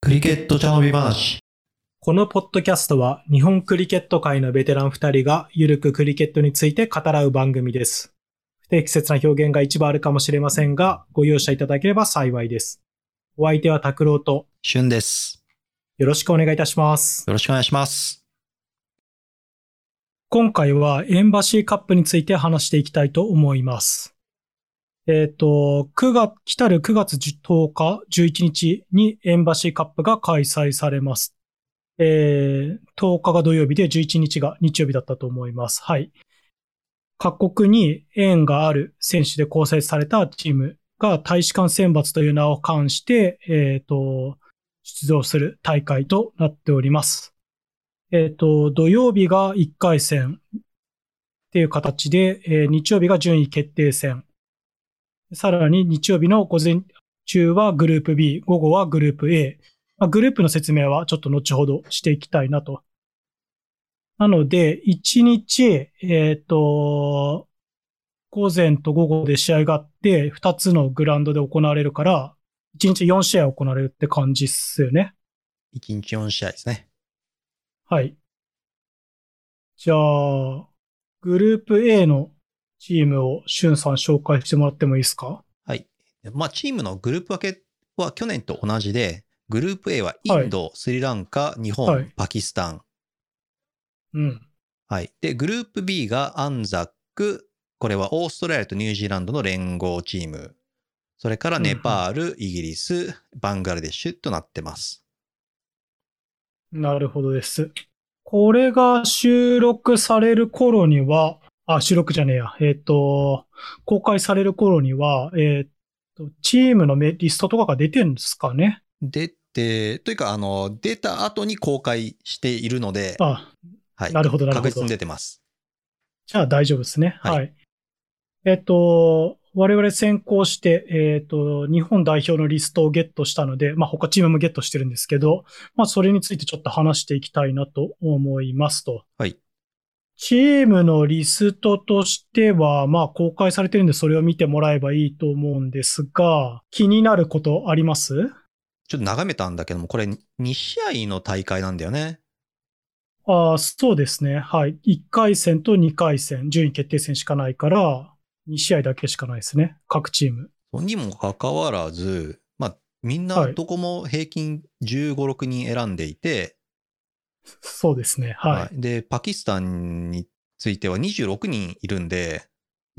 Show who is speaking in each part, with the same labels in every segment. Speaker 1: クリケット茶飲み話。
Speaker 2: このポッドキャストは日本クリケット界のベテラン2人がゆるくクリケットについて語らう番組です。不適切な表現が一部あるかもしれませんが、ご容赦いただければ幸いです。お相手は拓郎と
Speaker 1: 旬です。
Speaker 2: よろしくお願いいたします。
Speaker 1: よろしくお願いします。
Speaker 2: 今回はエンバシーカップについて話していきたいと思います。えっ、と、9月、来たる9月10日、11日にエンバシーカップが開催されます。えー10日が土曜日で11日が日曜日だったと思います。はい。各国に縁がある選手で構成されたチームが大使館選抜という名を冠して、えっ、と、出場する大会となっております。えっ、と、土曜日が1回戦っていう形で、えー日曜日が順位決定戦。さらに日曜日の午前中はグループ B、午後はグループ A。まあ、グループの説明はちょっと後ほどしていきたいなと。なので、1日、えっ、と、午前と午後で試合があって、2つのグラウンドで行われるから、1日4試合行われるって感じっすよね。
Speaker 1: 1日4試合ですね。
Speaker 2: はい。じゃあ、グループ A のチームをしゅんさん紹介してもらってもいいですか
Speaker 1: はい。まあ、チームのグループ分けは去年と同じで、グループ A はインド、スリランカ、日本、
Speaker 2: はい
Speaker 1: パキスタン。
Speaker 2: うん。
Speaker 1: はい。で、グループ B がアンザック、これはオーストラリアとニュージーランドの連合チーム。それからネパール、イギリス、バンガラデシュとなってます。
Speaker 2: なるほどです。これが収録される頃には、あ、収録じゃねえや。えっ、と、公開される頃には、えっ、と、チームのメリストとかが出てんですかね
Speaker 1: 出て、というか、あの、出た後に公開しているので、
Speaker 2: あ、
Speaker 1: はい。
Speaker 2: なるほど、なるほ
Speaker 1: 確
Speaker 2: ど。
Speaker 1: 実に出てます。
Speaker 2: じゃあ大丈夫ですね。
Speaker 1: はい
Speaker 2: はい。えっと、我々先行して、えっと、日本代表のリストをゲットしたので、まあ他チームもゲットしてるんですけど、まあそれについてちょっと話していきたいなと思いますと。
Speaker 1: はい。
Speaker 2: チームのリストとしては、まあ公開されてるんでそれを見てもらえばいいと思うんですが、気になることあります
Speaker 1: ちょっと眺めたんだけども、これ2試合の大会なんだよね。
Speaker 2: ああ、そうですね。はい。1回戦と2回戦、順位決定戦しかないから、2試合だけしかないですね。各チーム。
Speaker 1: にもかかわらず、まあ、みんな
Speaker 2: はい
Speaker 1: どこも平均15、6人選んでいて、
Speaker 2: そうですね。はい。
Speaker 1: はいで、パキスタンについては26人いるんで、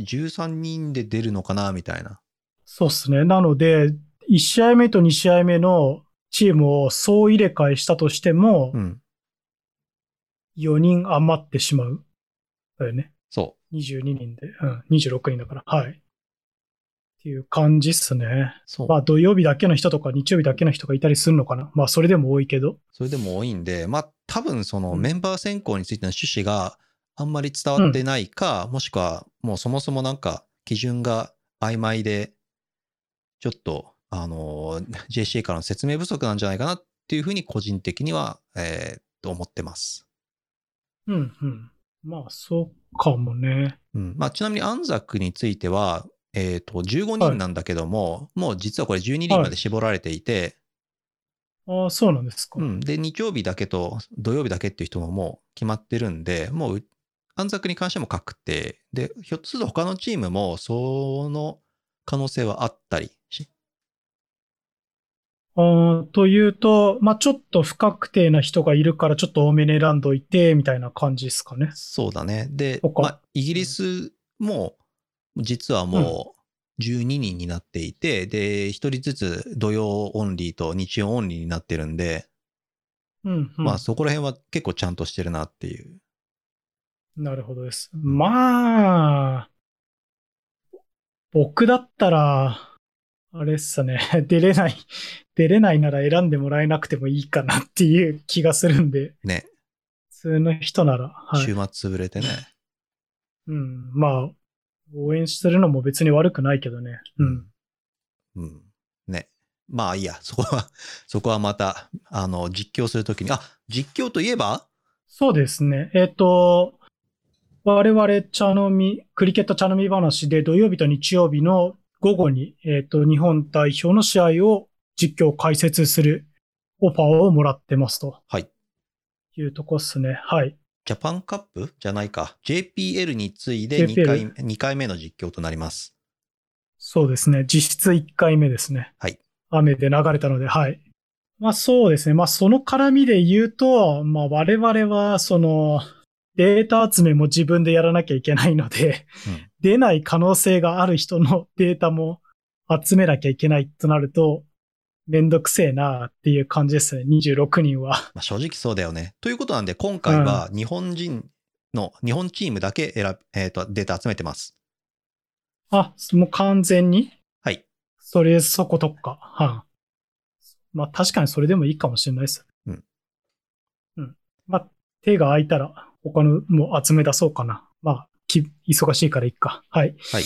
Speaker 1: 13人で出るのかな、みたいな。
Speaker 2: そうですね。なので、1試合目と2試合目のチームを総入れ替えしたとしても
Speaker 1: う、ん。
Speaker 2: 4人余ってしまう。だよね。
Speaker 1: そ
Speaker 2: 22人で、うん、26人だから。はい。っていう感じっすね
Speaker 1: う。。そう。
Speaker 2: まあ、土曜日だけの人とか日曜日だけの人がいたりするのかな。まあ、それでも多いけど。
Speaker 1: それでも多いんで、まあ、多分その
Speaker 2: うん
Speaker 1: メンバー選考についての趣旨があんまり伝わってないか、もしくはもうそもそもなんか基準が曖昧で、ちょっと、あの、JCA からの説明不足なんじゃないかなっていうふうに個人的には、えー、と思ってます。
Speaker 2: うん、うん。まあ、そうかもね。
Speaker 1: うん。まあ、ちなみにアンザックについては、えっ、と、15人なんだけども、もう実はこれ12人まで絞られていて、
Speaker 2: ああ、そうなんですか。
Speaker 1: うん、で、日曜日だけと土曜日だけっていう人ももう決まってるんで、もう安ザに関しても確定。で、ひょっとすると他のチームもその可能性はあったりし。
Speaker 2: あーというと、まあ、ちょっと不確定な人がいるから、ちょっと多めに選んどいて、みたいな感じですかね。
Speaker 1: そうだね。で
Speaker 2: そっ、か
Speaker 1: まあ、イギリスも実はもう12人になっていて、で、1人ずつ土曜オンリーと日曜オンリーになってるんで、
Speaker 2: うん、うん。
Speaker 1: まあそこら辺は結構ちゃんとしてるなっていう。
Speaker 2: なるほどです。まあ、僕だったら、あれっすね、 出れない、出れないなら選んでもらえなくてもいいかなっていう気がするんで、
Speaker 1: ね、
Speaker 2: 普通の人なら、はい。
Speaker 1: 週末潰れてね。
Speaker 2: うん、まあ、応援するのも別に悪くないけどね。うん。
Speaker 1: うん。ね。まあいいや、そこは、 そこはまた、あの、実況するときに、あ、実況といえば
Speaker 2: そうですね。えっ、と、我々、茶飲み、クリケット茶飲み話で土曜日と日曜日の午後に、えっ、と、日本代表の試合を実況解説するオファーをもらってますと。
Speaker 1: はい。
Speaker 2: いうとこっすね。はい。
Speaker 1: ジャパンカップじゃないか。JPL に次いで
Speaker 2: JPL
Speaker 1: 2回 ,2 回目の実況となります。
Speaker 2: そうですね。実質1回目ですね。
Speaker 1: はい。
Speaker 2: 雨で流れたので、はい。まあそうですね。まあその絡みで言うと、まあ我々はそのデータ集めも自分でやらなきゃいけないので、
Speaker 1: うん
Speaker 2: 出ない可能性がある人のデータも集めなきゃいけないとなると、めんどくせえなっていう感じですね。26人は。
Speaker 1: まあ、正直そうだよね。ということなんで、今回は日本人の、日本チームだけ選び、えーと、データ集めてます。
Speaker 2: あ、もう完全に
Speaker 1: はい。
Speaker 2: それ、そこ特化。はい。まあ確かにそれでもいいかもしれないです。
Speaker 1: うん。
Speaker 2: うん。まあ手が空いたら他のも集め出そうかな。まあ、き忙しいからいっか。はい。
Speaker 1: はい。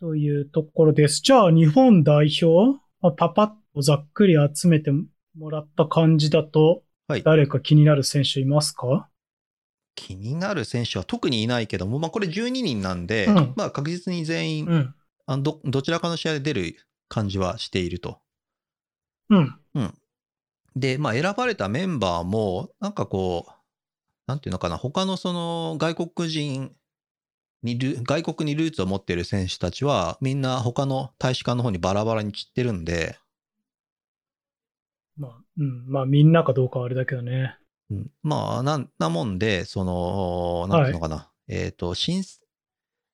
Speaker 2: というところです。じゃあ日本代表、まあ、パパッとざっくり集めてもらった感じだと、
Speaker 1: はい
Speaker 2: 誰か気になる選手いますか
Speaker 1: 気になる選手は特にいないけども、まあ、これ12人なんで、
Speaker 2: うん
Speaker 1: まあ、確実に全員、
Speaker 2: ん。
Speaker 1: あのど、どちらかの試合で出る感じはしていると。
Speaker 2: うん。
Speaker 1: で、まあ、選ばれたメンバーも、なんかこう、なんていうのかな、他のその外国人にル、外国にルーツを持っている選手たちは、みんな他の大使館の方にバラバラに散ってるんで、
Speaker 2: まあ、うん。まあみんなかどうかはあれだけどね。
Speaker 1: うんまあ、なんなもんで、その、なんていうのかな、えっ、と、新、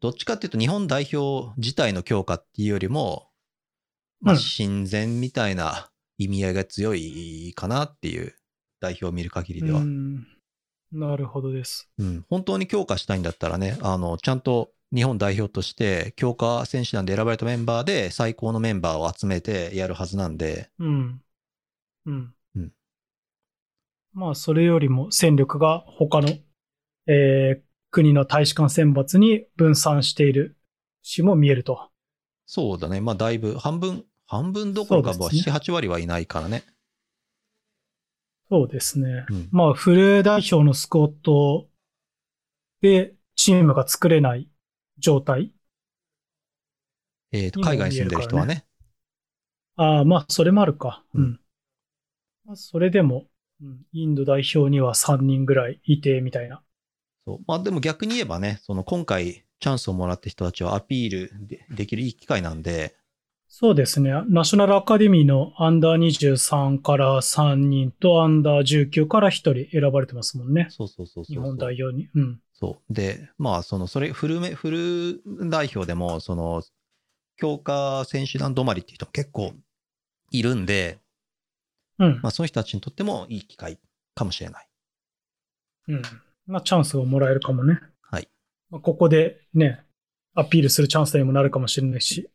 Speaker 1: どっちかっていうと、日本代表自体の強化っていうよりも、まあ、
Speaker 2: うん
Speaker 1: 親善みたいな意味合いが強いかなっていう代表を見る限りでは。
Speaker 2: うん。なるほどです。
Speaker 1: うん、本当に強化したいんだったらね、あの、ちゃんと日本代表として、強化選手団で選ばれたメンバーで最高のメンバーを集めてやるはずなんで、
Speaker 2: うん。うん。
Speaker 1: うん
Speaker 2: まあ、それよりも戦力が他の、えー国の大使館選抜に分散しているしも見えると。
Speaker 1: そうだね、まあ、だいぶ、半分、半分どころか、
Speaker 2: そう
Speaker 1: まあ
Speaker 2: です
Speaker 1: 7、
Speaker 2: ね
Speaker 1: 8割はいないからね。
Speaker 2: そうですね。
Speaker 1: うん
Speaker 2: まあ、フル代表のスコットでチームが作れない状態。
Speaker 1: えーと、海外に住んでる人はね。
Speaker 2: ああ、まあ、それもあるか。う
Speaker 1: うん
Speaker 2: ん。まあ、それでも、うんインド代表には3人ぐらいいて、みたいな。
Speaker 1: そうまあ、でも逆に言えばね、その今回、チャンスをもらった人たちはアピールでできるいい機会なんで、
Speaker 2: そうですね。ナショナルアカデミーのアンダー23から3人とアンダー19から1人選ばれてますもんね。
Speaker 1: そうそうそうそうそう。
Speaker 2: 日本代表に。うん。
Speaker 1: そう。で、まあ、その、それ、フルメ、フル代表でも、その、強化選手団止まりっていう人も結構いるんで、
Speaker 2: うん
Speaker 1: ま。あ、その人たちにとってもいい機会かもしれない。
Speaker 2: うん。まあ、チャンスをもらえるかもね。
Speaker 1: はい。
Speaker 2: まあ、ここでね、アピールするチャンスにもなるかもしれないし。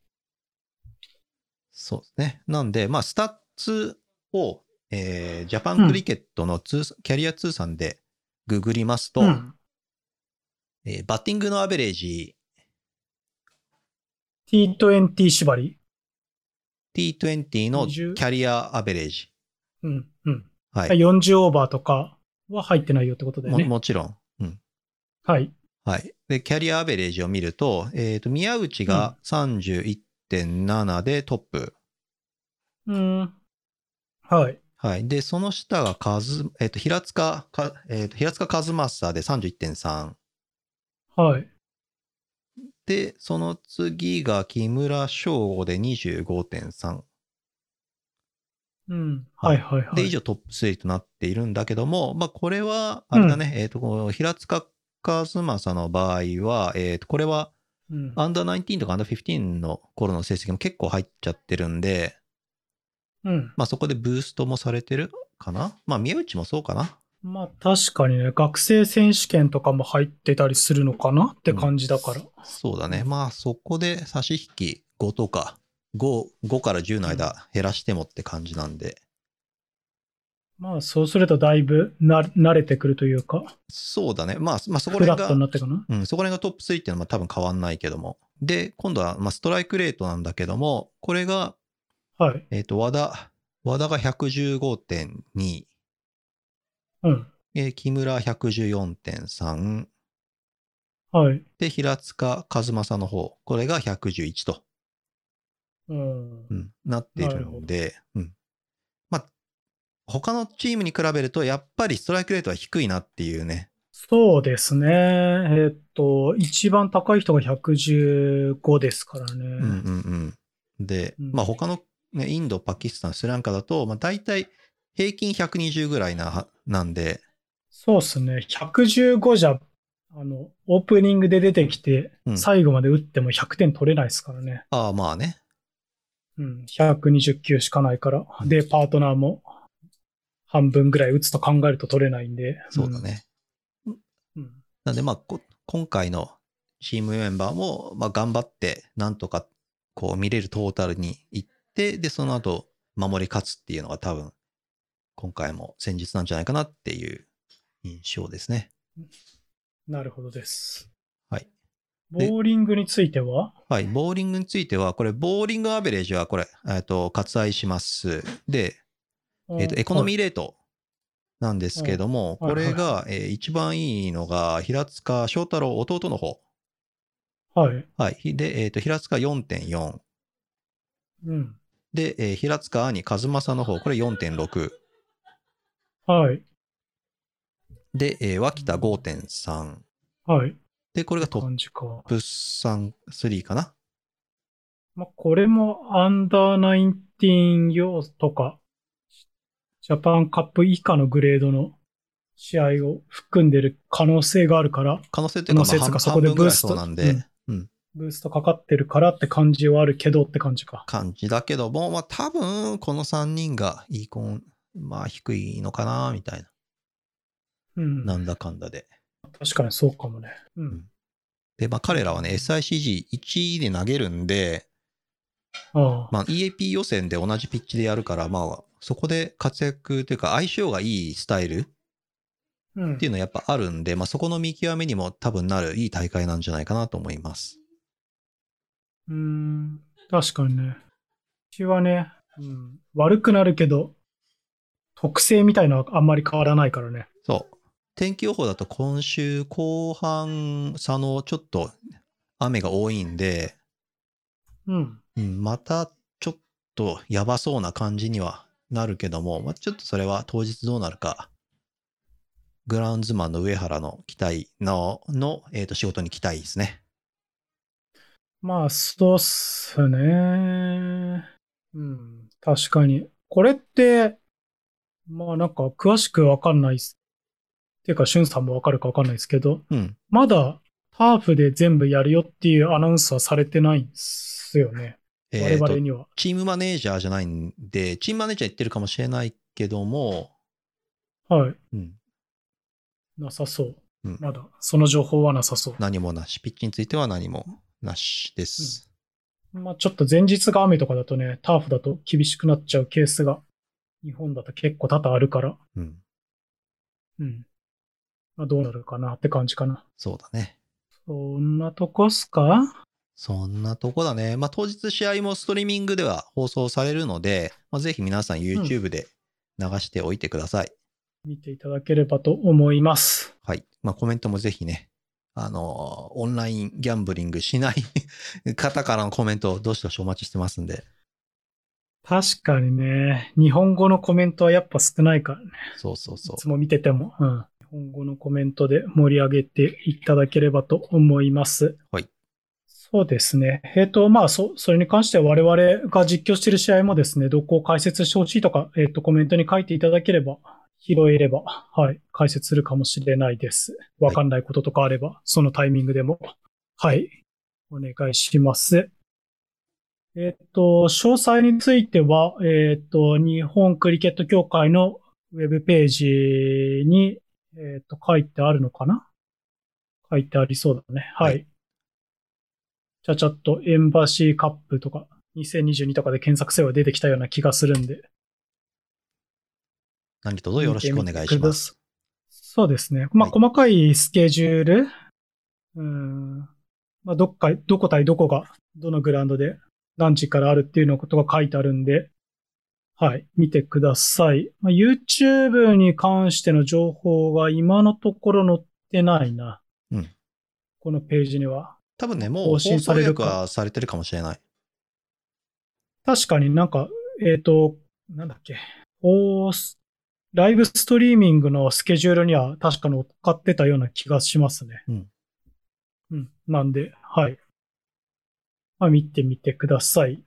Speaker 1: そうですね。なんで、まあ、スタッツを、えージャパンクリケットの通算キャリア通算でググりますと、
Speaker 2: うん。
Speaker 1: えーバッティングのアベレージ
Speaker 2: T20 縛り。
Speaker 1: T20 のキ
Speaker 2: 20
Speaker 1: ャリアアベレージ。
Speaker 2: うん。うん。
Speaker 1: はい。
Speaker 2: 40オーバーとかは入ってないよってことだよ
Speaker 1: も
Speaker 2: ね。
Speaker 1: もちろん。うん。
Speaker 2: はい。
Speaker 1: はい。で、キャリアアベレージを見ると、えっ、と、宮内が31.7でトップ。
Speaker 2: うん。はい。
Speaker 1: はい。で、その下がカズ、えっ、と、平塚か、えっ、と、平塚和正で31.3。
Speaker 2: はい。
Speaker 1: で、その次が木村翔吾で25.3。
Speaker 2: うん。はいはいはい。
Speaker 1: で、以上トップ3となっているんだけども、まあ、これは、あれだね、えっ、と、この平塚和正の場合は、えっ、と、これは、
Speaker 2: うん。
Speaker 1: アンダー19とかアンダー15の頃の成績も結構入っちゃってるんで、
Speaker 2: うん。
Speaker 1: まあそこでブーストもされてるかなまあ宮内もそうかな
Speaker 2: まあ確かにね、学生選手権とかも入ってたりするのかなって感じだから。
Speaker 1: そうだね。まあそこで差し引き5とか5、5から10の間減らしてもって感じなんで、
Speaker 2: まあそうするとだいぶな慣れてくるというか、
Speaker 1: そうだね。まあ、まあそこ
Speaker 2: フ
Speaker 1: ら辺が
Speaker 2: ラットに、なってくな。
Speaker 1: うん、そこら辺がトップ3っていうのは多分変わんないけども。で、今度はまあストライクレートなんだけども、これが、
Speaker 2: はい。
Speaker 1: えっ、と、和田、和田が115.2、
Speaker 2: うん。
Speaker 1: えー木村114.3、
Speaker 2: はい。
Speaker 1: で、平塚和正の方、これが111と。
Speaker 2: うん。
Speaker 1: うん、なっているので、うん。まあ、他のチームに比べると、やっぱりストライクレートは低いなっていうね。
Speaker 2: そうですね。えーっと、一番高い人が115ですからね。
Speaker 1: うんうんうん。で、
Speaker 2: うん
Speaker 1: まあ他の、ね、インド、パキスタン、スリランカだと、まあ大体平均120ぐらいな、なんで、
Speaker 2: そうですね。115じゃ、あの、オープニングで出てきて
Speaker 1: う、ん
Speaker 2: 最後まで打っても100点取れないですからね。
Speaker 1: ああまあね。
Speaker 2: うん。120球しかないから。で、パートナーも半分ぐらい打つと考えると取れないんで。
Speaker 1: そうだね。
Speaker 2: うん。うん。
Speaker 1: なんでまあこ、今回のチームメンバーも、まあ頑張って、なんとかこう見れるトータルに行って、で、その後、守り勝つっていうのが多分、今回も戦術なんじゃないかなっていう印象ですね。
Speaker 2: なるほどです。
Speaker 1: はい。で
Speaker 2: ボーリングについては
Speaker 1: はい、ボーリングについては、これ、ボーリングアベレージは、これ、えっと、割愛します。で、えっと、エコノミーレートなんですけども、
Speaker 2: うんは
Speaker 1: こ
Speaker 2: いはい
Speaker 1: れが、えー一番いいのが、平塚翔太郎、弟の方。
Speaker 2: ーはい。
Speaker 1: はい。で、えっと、平塚4.4。
Speaker 2: うん。
Speaker 1: で、えー平塚兄、和正の方、これ4.6。
Speaker 2: はい。
Speaker 1: で、えー脇田5.3。
Speaker 2: はい。
Speaker 1: で、これがトッ
Speaker 2: 感じか。
Speaker 1: プ3、3かな。
Speaker 2: まあ、これもアンダーナインティーン要素とか、ジャパンカップ以下のグレードの試合を含んでる可能性があるから、
Speaker 1: 可能性というか、
Speaker 2: 可能性
Speaker 1: ま
Speaker 2: と
Speaker 1: あ
Speaker 2: か
Speaker 1: 半
Speaker 2: そこ
Speaker 1: 半
Speaker 2: で
Speaker 1: 分ぐらい
Speaker 2: ブースト
Speaker 1: そうなんで、うん。
Speaker 2: ブーストかかってるからって感じはあるけどって感じか。
Speaker 1: 感じだけども、まあ多分この3人がイーコン、まあ低いのかな、みたいな。
Speaker 2: うん。
Speaker 1: なんだかんだで。
Speaker 2: 確かにそうかもね。うん。
Speaker 1: で、まあ彼らはね、SICG1 位で投げるんで、
Speaker 2: ああ。
Speaker 1: まあ EAP 予選で同じピッチでやるから、まあそこで活躍というか相性がいいスタイル
Speaker 2: うん
Speaker 1: っていうのはやっぱあるんで、まあそこの見極めにも多分なるいい大会なんじゃないかなと思います。
Speaker 2: うん。確かにね。うちはね、うん、悪くなるけど、特性みたいのはあんまり変わらないからね。
Speaker 1: そう。天気予報だと今週後半、差のちょっと雨が多いんで、
Speaker 2: うん。
Speaker 1: うん、またちょっとやばそうな感じにはなるけども、まあ、ちょっとそれは当日どうなるか、グラウンズマンの上原の期待の、の、えーと仕事に期待ですね。
Speaker 2: まあ、そうっすね。うん。確かに。これって、まあなんか詳しくわかんないっす。っていうか、しゅんさんもわかるかわかんないですけど、
Speaker 1: うん。
Speaker 2: まだターフで全部やるよっていうアナウンスはされてないんですよね。
Speaker 1: えー
Speaker 2: 我々
Speaker 1: と、
Speaker 2: には。
Speaker 1: チームマネージャーじゃないんで、チームマネージャー言ってるかもしれないけども、
Speaker 2: はい。
Speaker 1: うん、
Speaker 2: なさそう。
Speaker 1: うん
Speaker 2: まだ、その情報はなさそう。
Speaker 1: 何もなし、ピッチについては何もなしです。
Speaker 2: まあちょっと前日が雨とかだとね、ターフだと厳しくなっちゃうケースが、日本だと結構多々あるから、
Speaker 1: うん。
Speaker 2: うん。まあどうなるかなって感じかな。
Speaker 1: そうだね。
Speaker 2: そんなとこっすか
Speaker 1: そんなとこだね。まあ、当日試合もストリーミングでは放送されるので、まあ、ぜひ皆さん YouTube で流しておいてください。
Speaker 2: 見ていただければと思います。
Speaker 1: はい。まあ、コメントもぜひね、あのーオンラインギャンブリングしない 方からのコメントをどしどしお待ちしてますんで。
Speaker 2: 確かにね、日本語のコメントはやっぱ少ないからね。
Speaker 1: そうそうそ
Speaker 2: いうつ。も見てても。うん。日本語のコメントで盛り上げていただければと思います。
Speaker 1: はい。
Speaker 2: そうですね。えっ、と、まあ、そ、それに関しては我々が実況している試合もですね、どこを解説してほしいとか、えっ、と、コメントに書いていただければ、拾えれば、はい、解説するかもしれないです。わかんないこととかあれば、そのタイミングでも、はい、お願いします。えっ、と、詳細については、えっ、と、日本クリケット協会のウェブページに、えっ、と、書いてあるのかな書いてありそうだね。は。
Speaker 1: はい
Speaker 2: ちゃちゃっとエンバシーカップとか、2022とかで検索すれば出てきたような気がするんで。
Speaker 1: 何卒よろしくお願いします。
Speaker 2: そうですね。ま
Speaker 1: は
Speaker 2: あ、
Speaker 1: い
Speaker 2: 細かいスケジュール。うん。まあ、どっか、どこ対どこが、どのグラウンドで何時からあるっていうのことが書いてあるんで、はい、見てください。まあ、YouTube に関しての情報が今のところ載ってないな。
Speaker 1: うん
Speaker 2: このページには。
Speaker 1: 多分ね、もう
Speaker 2: 更
Speaker 1: 放
Speaker 2: 新さ
Speaker 1: 送
Speaker 2: れ
Speaker 1: 予
Speaker 2: る
Speaker 1: 約
Speaker 2: か
Speaker 1: はされてるかもしれない。
Speaker 2: 確かになんか、えっ、と、なんだっけ、おライブストリーミングのスケジュールには確か乗っかってたような気がしますね。
Speaker 1: うん。
Speaker 2: うん。なんで、はい。まあ、見てみてください。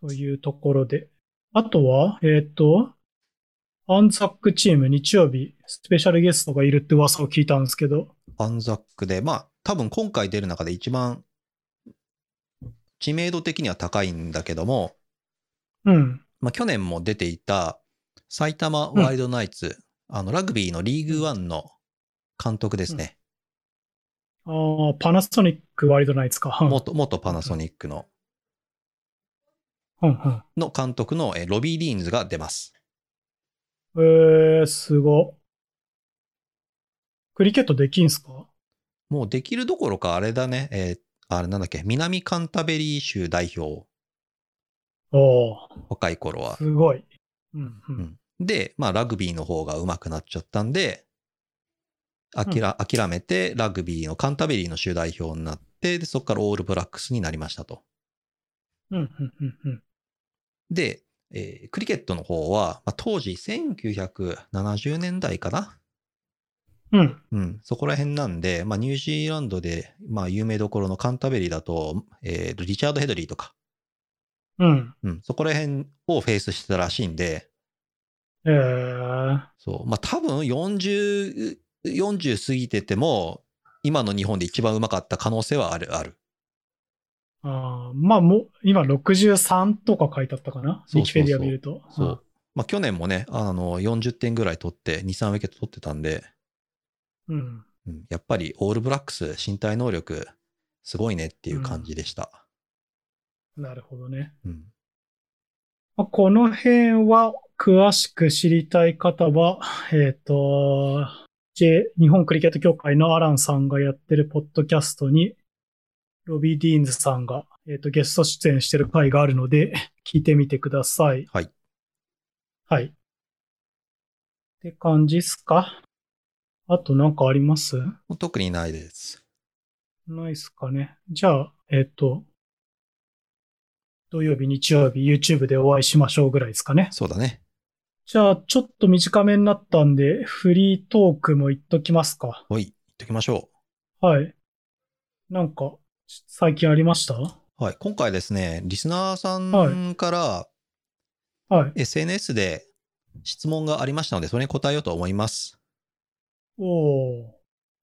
Speaker 2: というところで。あとは、えっ、と、アンザックチーム日曜日スペシャルゲストがいるって噂を聞いたんですけど、
Speaker 1: アンザックで、まあ、多分今回出る中で一番知名度的には高いんだけども、
Speaker 2: うん。
Speaker 1: まあ、去年も出ていた埼玉ワイルドナイツ、あのラグビーのリーグワンの監督ですね、
Speaker 2: ああ、パナソニックワイルドナイツか。うん
Speaker 1: 元元パナソニックの
Speaker 2: うんうん。
Speaker 1: の監督のえーロビー・ディーンズが出ます。
Speaker 2: えー、すご。クリケットできんすか
Speaker 1: もうできるどころかあれだね、えーあれなんだっけ、南カンタベリー州代表、
Speaker 2: お
Speaker 1: 若い頃は
Speaker 2: ー、。すごい。うん、う。
Speaker 1: うんんで、まあ、ラグビーの方が上手くなっちゃったんで、あきら諦めてラグビーのカンタベリーの州代表になって、でそこからオールブラックスになりましたと。
Speaker 2: うん、うん、うんうん。
Speaker 1: で、えークリケットの方は、まあ、当時1970年代かな、
Speaker 2: うん。
Speaker 1: うん、そこら辺なんで、まあ、ニュージーランドで、まあ、有名どころのカンタベリーだと、えーリチャード・ヘドリーとか、
Speaker 2: うん。
Speaker 1: うん、そこら辺をフェイスしてたらしいんで、
Speaker 2: えー、
Speaker 1: そう、まあ、多分40、40過ぎてても、今の日本で一番うまかった可能性はある、ある。
Speaker 2: あーまあもう、今63とか書いてあったかな。
Speaker 1: そうそうそう
Speaker 2: ウィキペディア見ると。
Speaker 1: そう。まあ、去年もね、あの、40点ぐらい取って、2、3ウィケット取ってたんで、
Speaker 2: うん。うん。
Speaker 1: うん、やっぱりオールブラックス身体能力すごいねっていう感じでした。
Speaker 2: なるほどね。
Speaker 1: うん。
Speaker 2: まあこの辺は詳しく知りたい方は、えっ、と、J 日本クリケット協会のアランさんがやってるポッドキャストに、ロビー・ディーンズさんが、えー、とゲスト出演してる回があるので、聞いてみてください。
Speaker 1: はい。
Speaker 2: はい。って感じっすかあとなんかあります
Speaker 1: もう特にないです。
Speaker 2: ないっすかね。じゃあ、えっ、と、土曜日、日曜日、YouTube でお会いしましょうぐらいですかね。
Speaker 1: そうだね。
Speaker 2: じゃあ、ちょっと短めになったんで、フリートークも言っときますか。
Speaker 1: おい、言っときましょ
Speaker 2: はい。なんか、最近ありましたは
Speaker 1: う。はい。今回ですね、リスナーさ
Speaker 2: は
Speaker 1: んから
Speaker 2: い。
Speaker 1: SNS で質問がありましたので、それに答えようと思います。
Speaker 2: おー、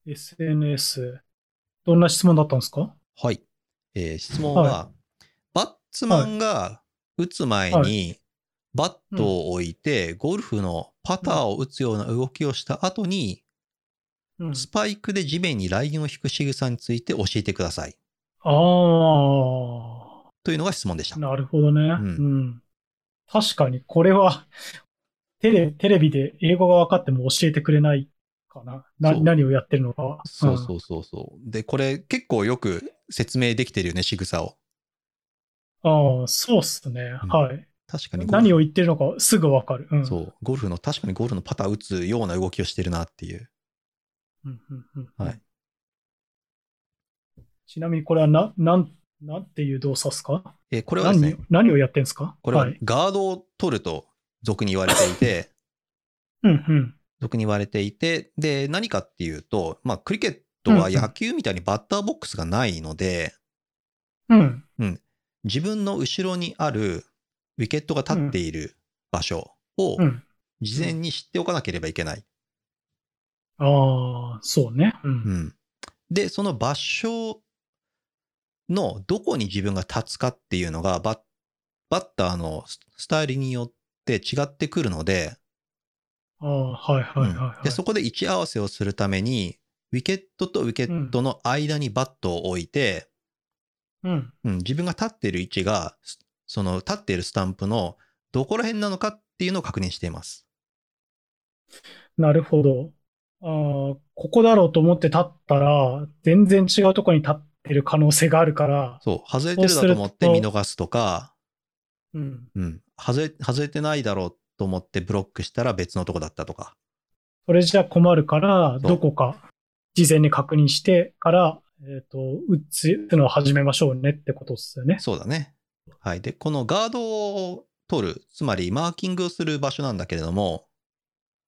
Speaker 2: SNS。どんな質問だったんですか
Speaker 1: はい。えー質問は、
Speaker 2: は
Speaker 1: バッツマンが打つ前
Speaker 2: は
Speaker 1: に、バットを置いて、ゴルフのパターを打つような動きをした後に、
Speaker 2: うん。
Speaker 1: スパイクで地面にラインを引く仕草について教えてください。
Speaker 2: あ
Speaker 1: というのが質問でした
Speaker 2: ー、。なるほどね。うんん。確かに、これは、 テレ、テレビで英語が分かっても教えてくれないかな。な
Speaker 1: そう
Speaker 2: 何をやってるのかは。
Speaker 1: そう
Speaker 2: うん
Speaker 1: そうそうそう。で、これ結構よく説明できてるよね、仕草を。
Speaker 2: ああ、そうっすね。
Speaker 1: うん
Speaker 2: はい。
Speaker 1: 確かにゴル
Speaker 2: 何
Speaker 1: フ
Speaker 2: を言ってるのかすぐ分かる。うん。
Speaker 1: そう、ゴルフの、確かにゴルフのパター打つような動きをしてるなっていう。
Speaker 2: うんうんうんうん
Speaker 1: はい。
Speaker 2: ちなみにこれはな、なん、なんていう動作ですか
Speaker 1: えーこれはです
Speaker 2: 何
Speaker 1: ね
Speaker 2: を、何をやってんすか。
Speaker 1: これはいガードを取ると俗に言われていて、
Speaker 2: うんうん。
Speaker 1: 俗に言われていて、で、何かっていうと、まあ、クリケットは野球みたいにバッターボックスがないので、
Speaker 2: うん。
Speaker 1: 自分の後ろにあるウィケットが立っている場所を
Speaker 2: うん。
Speaker 1: 事前に知っておかなければいけない。
Speaker 2: ああ、そうね。う。
Speaker 1: うんん、で、その場所のどこに自分が立つかっていうのがバッ、バッターのススタイルによって違ってくるので、
Speaker 2: ああ、はいはいはい、
Speaker 1: う
Speaker 2: は
Speaker 1: ん
Speaker 2: い
Speaker 1: でそこで位置合わせをするために、ウィケットとウィケットの間にバットを置いて、
Speaker 2: うん。
Speaker 1: うん自分が立っている位置が、すその立っているスタンプのどこら辺なのかっていうのを確認しています。
Speaker 2: なるほど。ああ、ここだろうと思って立ったら、全然違うとこに立ってる可能性があるから、
Speaker 1: そう、外れてるだと思って見逃すとか、
Speaker 2: うん。
Speaker 1: うん、外れ外れてないだろうと思ってブロックしたら別のとこだったとか。
Speaker 2: それじゃ困るから、
Speaker 1: そう
Speaker 2: どこか事前に確認してから、えっ、と、打つのを始めましょうねってことですよね。
Speaker 1: そうだね。はい。で、このガードを取る、つまりマーキングをする場所なんだけれども、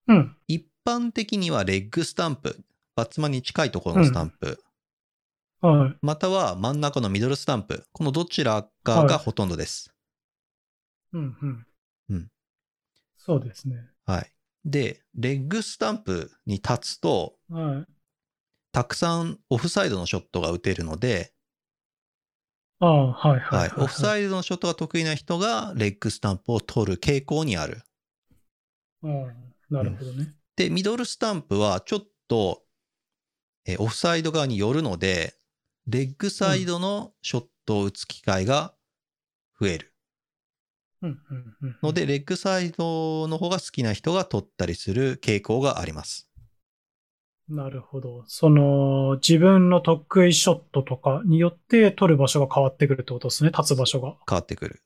Speaker 2: うん。
Speaker 1: 一般的にはレッグスタンプ、バッツマンに近いところのスタンプ、
Speaker 2: はい。
Speaker 1: または真ん中のミドルスタンプ、このどちらか
Speaker 2: は
Speaker 1: が
Speaker 2: い
Speaker 1: ほとんどです。
Speaker 2: うんうん。
Speaker 1: うん
Speaker 2: そうですね。
Speaker 1: はい。で、レッグスタンプに立つと、
Speaker 2: はい。
Speaker 1: たくさんオフサイドのショットが打てるので、
Speaker 2: ああ、はいは
Speaker 1: はい
Speaker 2: はいい、。
Speaker 1: オフサイドのショットが得意な人がレッグスタンプを取る傾向にある。
Speaker 2: うんなるほどね。
Speaker 1: で、ミドルスタンプはちょっと、えーオフサイド側によるので、レッグサイドのショットを打つ機会が増える
Speaker 2: うんうんうん。
Speaker 1: ので、レッグサイドの方が好きな人が取ったりする傾向があります。
Speaker 2: なるほど。その、自分の得意ショットとかによって取る場所が変わってくるってことですね。立つ場所が。
Speaker 1: 変わってくる。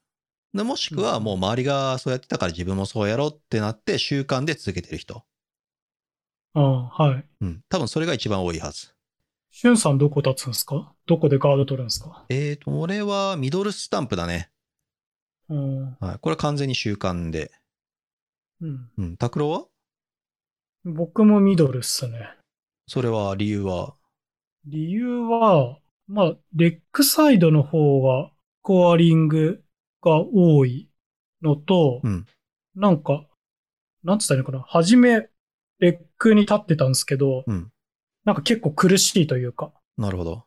Speaker 1: でもしくは
Speaker 2: うん
Speaker 1: もう周りがそうやってたから自分もそうやろうってなって習慣で続けてる人。
Speaker 2: ああ、はい。
Speaker 1: うん。多分それが一番多いはず。
Speaker 2: シュンさんどこ立つんですかどこでガード取るんですか
Speaker 1: えーと、俺はミドルスタンプだね。
Speaker 2: うん。
Speaker 1: はい。これは完全に習慣で。
Speaker 2: うん。
Speaker 1: うん。拓郎は
Speaker 2: 僕もミドルっすね。
Speaker 1: それは理由は
Speaker 2: 理由は、まあ、レックサイドの方が、コアリングが多いのと、
Speaker 1: うん
Speaker 2: なんか、なんつったらいいのかな。はじめ、レックに立ってたんですけど、
Speaker 1: うん
Speaker 2: なんか結構苦しいというか。
Speaker 1: なるほど。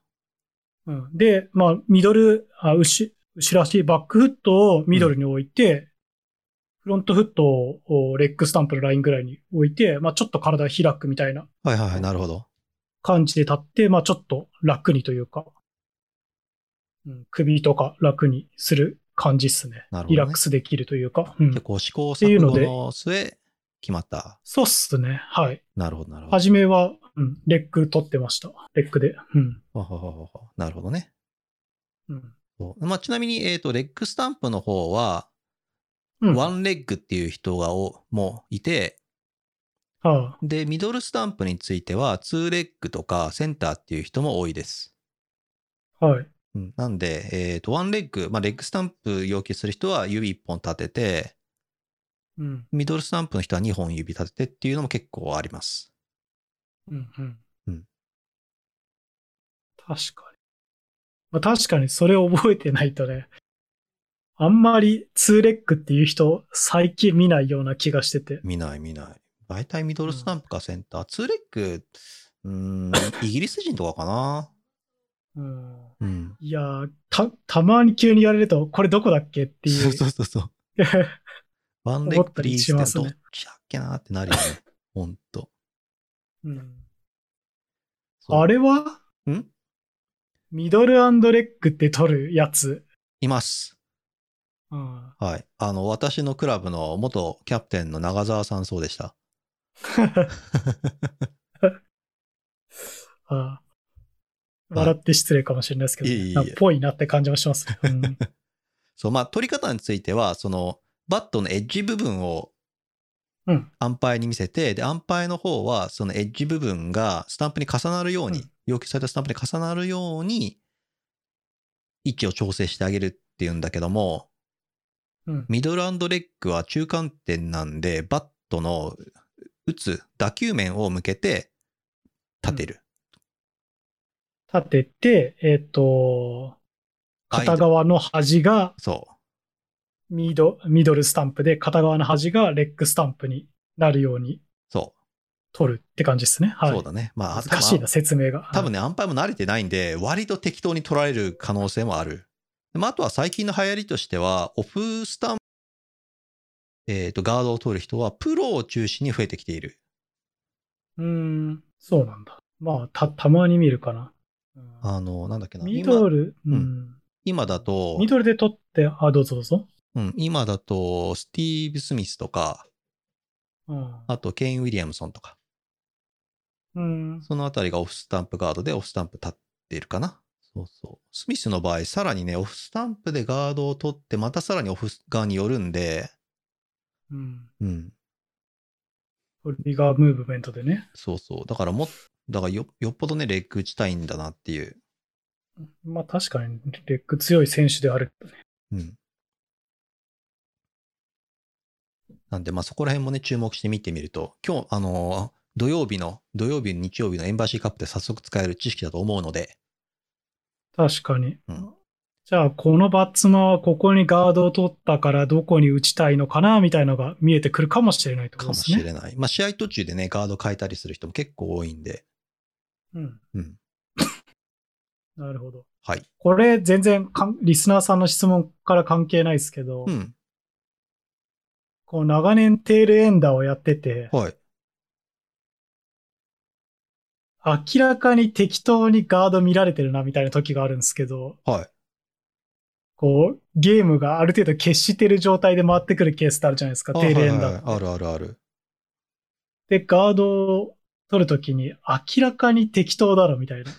Speaker 2: うん、で、まあ、ミドル、あ、後、後ろ足、バックフットをミドルに置いて、フロントフットをレックスタンプのラインぐらいに置いて、まあ、ちょっと体開くみたいな
Speaker 1: はいはいはい。なるほど。
Speaker 2: 感じで立って、まあちょっと楽にというか、うん、首とか楽にする感じっすね。
Speaker 1: なるほどね
Speaker 2: リラックスできるというか。うん
Speaker 1: 結、構試行
Speaker 2: っていう
Speaker 1: 錯
Speaker 2: の
Speaker 1: 誤
Speaker 2: で
Speaker 1: の末、決まった。
Speaker 2: そうっすね。はい。
Speaker 1: なるほど、なるほ
Speaker 2: 初めは、うん、レック取ってました。レックで。うん。
Speaker 1: ど。ほほほほなるほどね。
Speaker 2: うん。
Speaker 1: そうまあ、ちなみに、えーと、レッグスタンプの方は、
Speaker 2: うん、
Speaker 1: ワンレッグっていう人がおもいて、
Speaker 2: ああ
Speaker 1: で、ミドルスタンプについては、ツーレッグとかセンターっていう人も多いです。
Speaker 2: はい。
Speaker 1: うんなんで、えっ、と、ワンレッグ、まあ、レッグスタンプ要求する人は指1本立てて、
Speaker 2: うん。
Speaker 1: ミドルスタンプの人は2本指立ててっていうのも結構あります。
Speaker 2: うん。うん。
Speaker 1: うん
Speaker 2: 確かに。まあ確かにそれを覚えてないとね、あんまりツーレックっていう人最近見ないような気がしてて。
Speaker 1: 見ない見ない。大体ミドルスタンプかセンター。ツーレッグ、う ーん、イギリス人とかかな。
Speaker 2: うん
Speaker 1: うん。
Speaker 2: いやー、た、たまに急に言われると、これどこだっけってい
Speaker 1: そうう。 そうそうそう。ワンレ
Speaker 2: 思
Speaker 1: ッ
Speaker 2: っ
Speaker 1: グ
Speaker 2: た
Speaker 1: リ
Speaker 2: り
Speaker 1: ー
Speaker 2: し
Speaker 1: ズ
Speaker 2: ま
Speaker 1: って
Speaker 2: す
Speaker 1: ど
Speaker 2: ね
Speaker 1: っちだっけなってなるよね。ほんと。
Speaker 2: うん
Speaker 1: そう
Speaker 2: あれは
Speaker 1: ん
Speaker 2: ミドルレッグって取るやつ。
Speaker 1: います。
Speaker 2: うん、
Speaker 1: はい。あの、私のクラブの元キャプテンの長澤さんそうでした。
Speaker 2: あ笑って失礼かもしれないですけど、
Speaker 1: いえいえいえ
Speaker 2: なんかぽいなって感じもし ます。うん
Speaker 1: そう、まあ、取り方については、その、バットのエッジ部分を
Speaker 2: うん、
Speaker 1: アンパイに見せて、で、アンパイの方は、そのエッジ部分がスタンプに重なるように、
Speaker 2: うん
Speaker 1: 要求されたスタンプに重なるように、位置を調整してあげるっていうんだけども、
Speaker 2: うん
Speaker 1: ミドルアンドレッグは中間点なんで、バットの打つ打球面を向けて立てる。
Speaker 2: 立てて、えっ、と、
Speaker 1: はい
Speaker 2: 片側の端が
Speaker 1: そ
Speaker 2: ミドミドルスタンプで、片側の端がレッグスタンプになるように
Speaker 1: う、そ
Speaker 2: 取るって感じですね。
Speaker 1: う、
Speaker 2: はい。
Speaker 1: そうだね。まあ、
Speaker 2: 難しいな、
Speaker 1: 多分
Speaker 2: 説明が。
Speaker 1: 多分ね、アンパイも慣れてないんで、割と適当に取られる可能性もある。でまあ、あとは最近の流行りとしては、オフスタンプ、えっ、と、ガードを取る人は、プロを中心に増えてきている。
Speaker 2: うーん、そうなんだ。まあ、た、たまに見るかな。うん
Speaker 1: あの、なんだっけな。
Speaker 2: ミド
Speaker 1: 今
Speaker 2: ル、
Speaker 1: ん
Speaker 2: うん。
Speaker 1: 今だと
Speaker 2: ミ、ドルで取って、あ、どうぞどうぞ。
Speaker 1: うん、今だと、スティーブ・スミスとか、
Speaker 2: うん。
Speaker 1: あと、ケイン・ウィリアムソンとか、
Speaker 2: うん。
Speaker 1: そのあたりがオフスタンプガードでオフスタンプ立っているかな。そうそう。スミスの場合、さらにね、オフスタンプでガードを取って、またさらにオフ側によるんで、
Speaker 2: うん。
Speaker 1: うん、
Speaker 2: トリガームーブメントでね。
Speaker 1: そうそう。だからもっ、だからよ、よっぽどね、レッグ打ちたいんだなっていう。
Speaker 2: まあ確かに、レック強い選手である。
Speaker 1: うん。なんで、まあ、そこら辺もね、注目して見てみると、今日、あのー土曜日の、土曜日、日曜日のエンバシーカップで早速使える知識だと思うので、
Speaker 2: 確かに。
Speaker 1: うん
Speaker 2: じゃあ、このバッツマはここにガードを取ったからどこに打ちたいのかなみたいのが見えてくるかもしれないって
Speaker 1: か
Speaker 2: こと
Speaker 1: も
Speaker 2: です
Speaker 1: し
Speaker 2: ね。
Speaker 1: れない。まあ、試合途中でね、ガード変えたりする人も結構多いんで、
Speaker 2: うん。
Speaker 1: うん。
Speaker 2: なるほど。
Speaker 1: はい。
Speaker 2: これ全然かんリスナーさんの質問から関係ないですけど、
Speaker 1: うん。
Speaker 2: こう長年テールエンダーをやってて、
Speaker 1: はい。
Speaker 2: 明らかに適当にガード見られてるなみたいな時があるんですけど、
Speaker 1: はい。
Speaker 2: こう、ゲームがある程度決してる状態で回ってくるケースってあるじゃないですか、
Speaker 1: あ
Speaker 2: テールエ
Speaker 1: はい
Speaker 2: ン
Speaker 1: は
Speaker 2: ダ
Speaker 1: い
Speaker 2: ー。
Speaker 1: はいあるあるある。
Speaker 2: で、ガードを取るときに明らかに適当だろみたいな。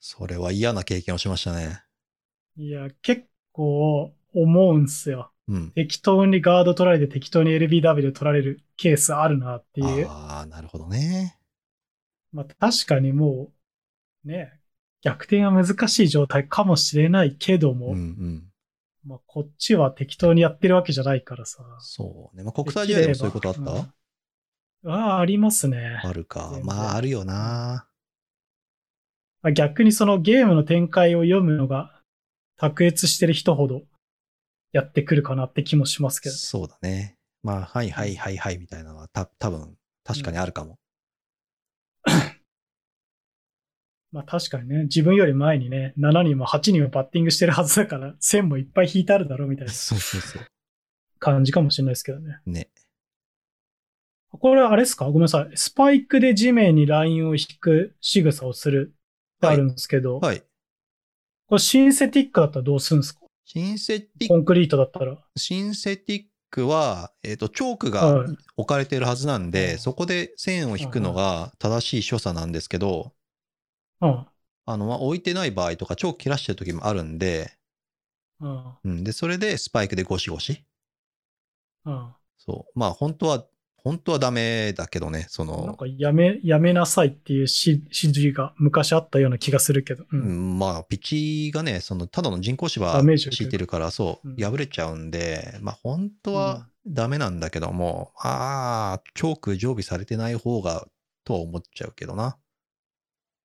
Speaker 1: それは嫌な経験をしましたね。
Speaker 2: いや、結構思うんすよ。
Speaker 1: うん。
Speaker 2: 適当にガード取られて適当に LBW 取られるケースあるなっていう。
Speaker 1: ああ、なるほどね。
Speaker 2: まあ確かにもう、ね、逆転は難しい状態かもしれないけども、
Speaker 1: うんうん。
Speaker 2: まあこっちは適当にやってるわけじゃないからさ。
Speaker 1: そうね。まあ、国際試合でもそういうことあった、
Speaker 2: うんああ、ありますね。
Speaker 1: あるか
Speaker 2: 全。然
Speaker 1: まあ、あるよな。
Speaker 2: まあ逆にそのゲームの展開を読むのが卓越してる人ほどやってくるかなって気もしますけど。
Speaker 1: そうだね。まあ、はいはいはいはいみたいなのは、た多分確かにあるか も。
Speaker 2: まあ確かにね、自分より前にね、7人も8人もバッティングしてるはずだから、1000もいっぱい引いてあるだろうみたいな
Speaker 1: そうそうそう。
Speaker 2: 感じかもしれないですけどね。
Speaker 1: ね。
Speaker 2: これはあれですかごめんなさい。スパイクで地面にラインを引く仕草をするってあるんですけど、
Speaker 1: はい。
Speaker 2: これシンセティックだったらどうするんですか
Speaker 1: シンセティッ
Speaker 2: コ
Speaker 1: ク、
Speaker 2: ンクリートだったら。
Speaker 1: シンセティックは、えっ、と、チョークが
Speaker 2: はい。
Speaker 1: 置かれてるはずなんで、
Speaker 2: うん
Speaker 1: そこで線を引くのが正しい所作なんですけど、
Speaker 2: うん。
Speaker 1: あの、まあ、置いてない場合とか、チョーク切らしてる時もあるんで、
Speaker 2: うん。
Speaker 1: うん。で、それでスパイクでゴシゴシ。
Speaker 2: うん。
Speaker 1: そう。まあ、本当は、本当はダメだけどね、そ
Speaker 2: なん
Speaker 1: の、
Speaker 2: かやめ、やめなさいっていうし指示が昔あったような気がするけど。う。
Speaker 1: うんん、まあ、ピッチがね、その、ただの人工芝
Speaker 2: ダメージを受け
Speaker 1: 敷い
Speaker 2: る
Speaker 1: てるから、そう
Speaker 2: うん、
Speaker 1: 破れちゃうんで、まあ、本当はダメなんだけども、ああ、チョーク常備されてない方が、とは思っちゃうけどな。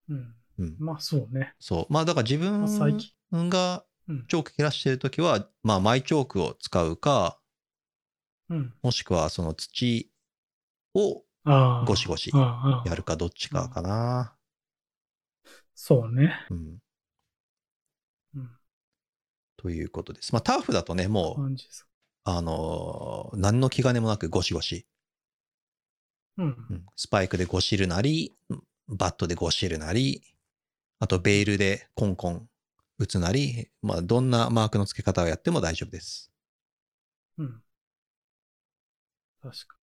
Speaker 2: うん。
Speaker 1: うん。
Speaker 2: まあそうね。
Speaker 1: そう。まあ、だから自
Speaker 2: まあ最近。
Speaker 1: 分が
Speaker 2: うん
Speaker 1: チョーク切らしてるときは、まあ、マイチョークを使うか、
Speaker 2: うん。
Speaker 1: もしくはその土を
Speaker 2: ああ。
Speaker 1: ゴシゴシ
Speaker 2: ああ
Speaker 1: やるか、どっちかかな。
Speaker 2: そうね。
Speaker 1: うん。
Speaker 2: うん。
Speaker 1: ということです。まあ、ターフだとね、もう、
Speaker 2: 感じです。
Speaker 1: あのー何の気兼ねもなくゴシゴシ。
Speaker 2: うん。
Speaker 1: うんスパイクでゴシるなり、バットでゴシるなり、あとベールでコンコン打つなり、まあ、どんなマークの付け方をやっても大丈夫 です。
Speaker 2: うん。確か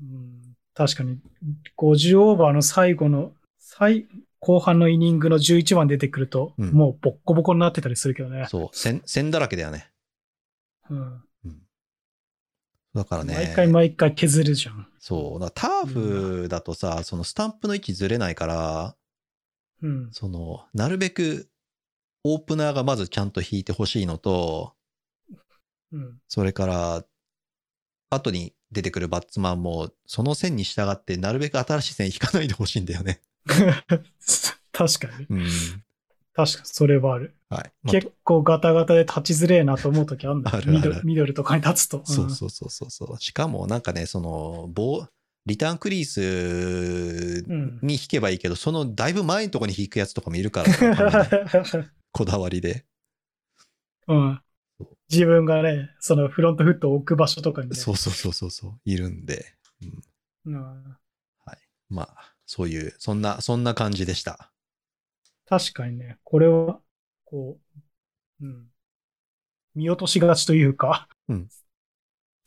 Speaker 2: に。うん。確かに、50オーバーの最後の、最、後半のイニングの11番出てくると、
Speaker 1: うん
Speaker 2: もうボッコボコになってたりするけどね。
Speaker 1: そう、線、線だらけだよね。
Speaker 2: うん。
Speaker 1: だからね。
Speaker 2: 毎回毎回削るじゃん。
Speaker 1: そう、だからターフだとさ、そのスタンプの位置ずれないから、
Speaker 2: うん。
Speaker 1: その、なるべくオープナーがまずちゃんと引いてほしいのと、
Speaker 2: うん。
Speaker 1: それから、後に出てくるバッツマンも、その線に従って、なるべく新しい線引かないでほしいんだよね。
Speaker 2: 確かに。
Speaker 1: うん。
Speaker 2: 確かに、それはある。
Speaker 1: はい。まあ
Speaker 2: 結構ガタガタで立ちづれえなと思うときあるんだよ
Speaker 1: あるある
Speaker 2: ミドルミドルとかに立つと。
Speaker 1: そうそうそうそうそう。しかも、なんかね、その、棒、リターンクリース
Speaker 2: うん。うん。
Speaker 1: に引けばいいけど、そのだいぶ前のところに引くやつとかもいるからさ、 たまにこだわりで。
Speaker 2: うん
Speaker 1: そう。
Speaker 2: 自分がね、そのフロントフットを置く場所とかにね。
Speaker 1: そうそうそうそうそう、いるんで。
Speaker 2: うん
Speaker 1: まあ、そういう、そんな、そんな感じでした。
Speaker 2: 確かにね、これは、こう、うん。見落としがちというか、
Speaker 1: うん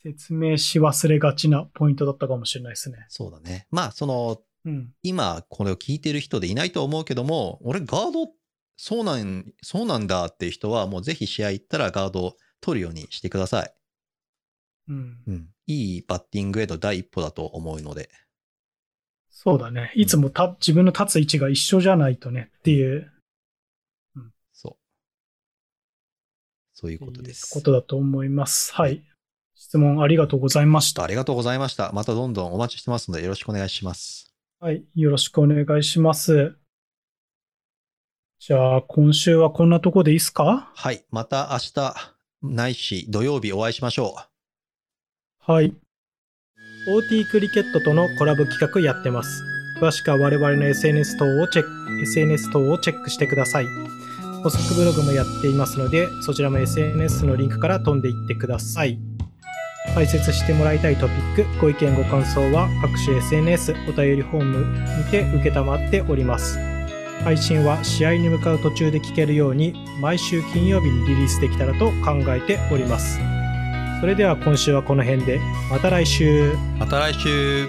Speaker 2: 説明し忘れがちなポイントだったかもしれないですね。
Speaker 1: そうだね。まあ、その、
Speaker 2: うん。
Speaker 1: 今これを聞いてる人でいないとは思うけども、俺ガード、そうなん、そうなんだっていう人は、もうぜひ試合行ったらガードを取るようにしてください。
Speaker 2: うん。
Speaker 1: うん。いいバッティングへの第一歩だと思うので。
Speaker 2: そうだね。いつもた、自分の立つ位置が一緒じゃないとねっていう。
Speaker 1: そう。そういうことです。
Speaker 2: ことだと思います。はい。質問ありがとうございまし
Speaker 1: あ
Speaker 2: た。
Speaker 1: りがとうございました。またどんどんお待ちしてますのでよろしくお願いします。
Speaker 2: はい。よろしくお願いします。じゃあ、今週はこんなとこでいいっすか
Speaker 1: はい。また明日、ないし土曜日お会いしましょう。
Speaker 2: はい。OT クリケットとのコラボ企画やってます。詳しくは我々の SNS 等をチェック、SNS 等をチェックしてください。補足ブログもやっていますので、そちらも SNS のリンクから飛んでいってください。解説してもらいたいトピック、ご意見ご感想は各種 SNS、お便りフォームにて受けたまっております。配信は試合に向かう途中で聞けるように、毎週金曜日にリリースできたらと考えております。それでは今週はこの辺で、また来週。
Speaker 1: また来週。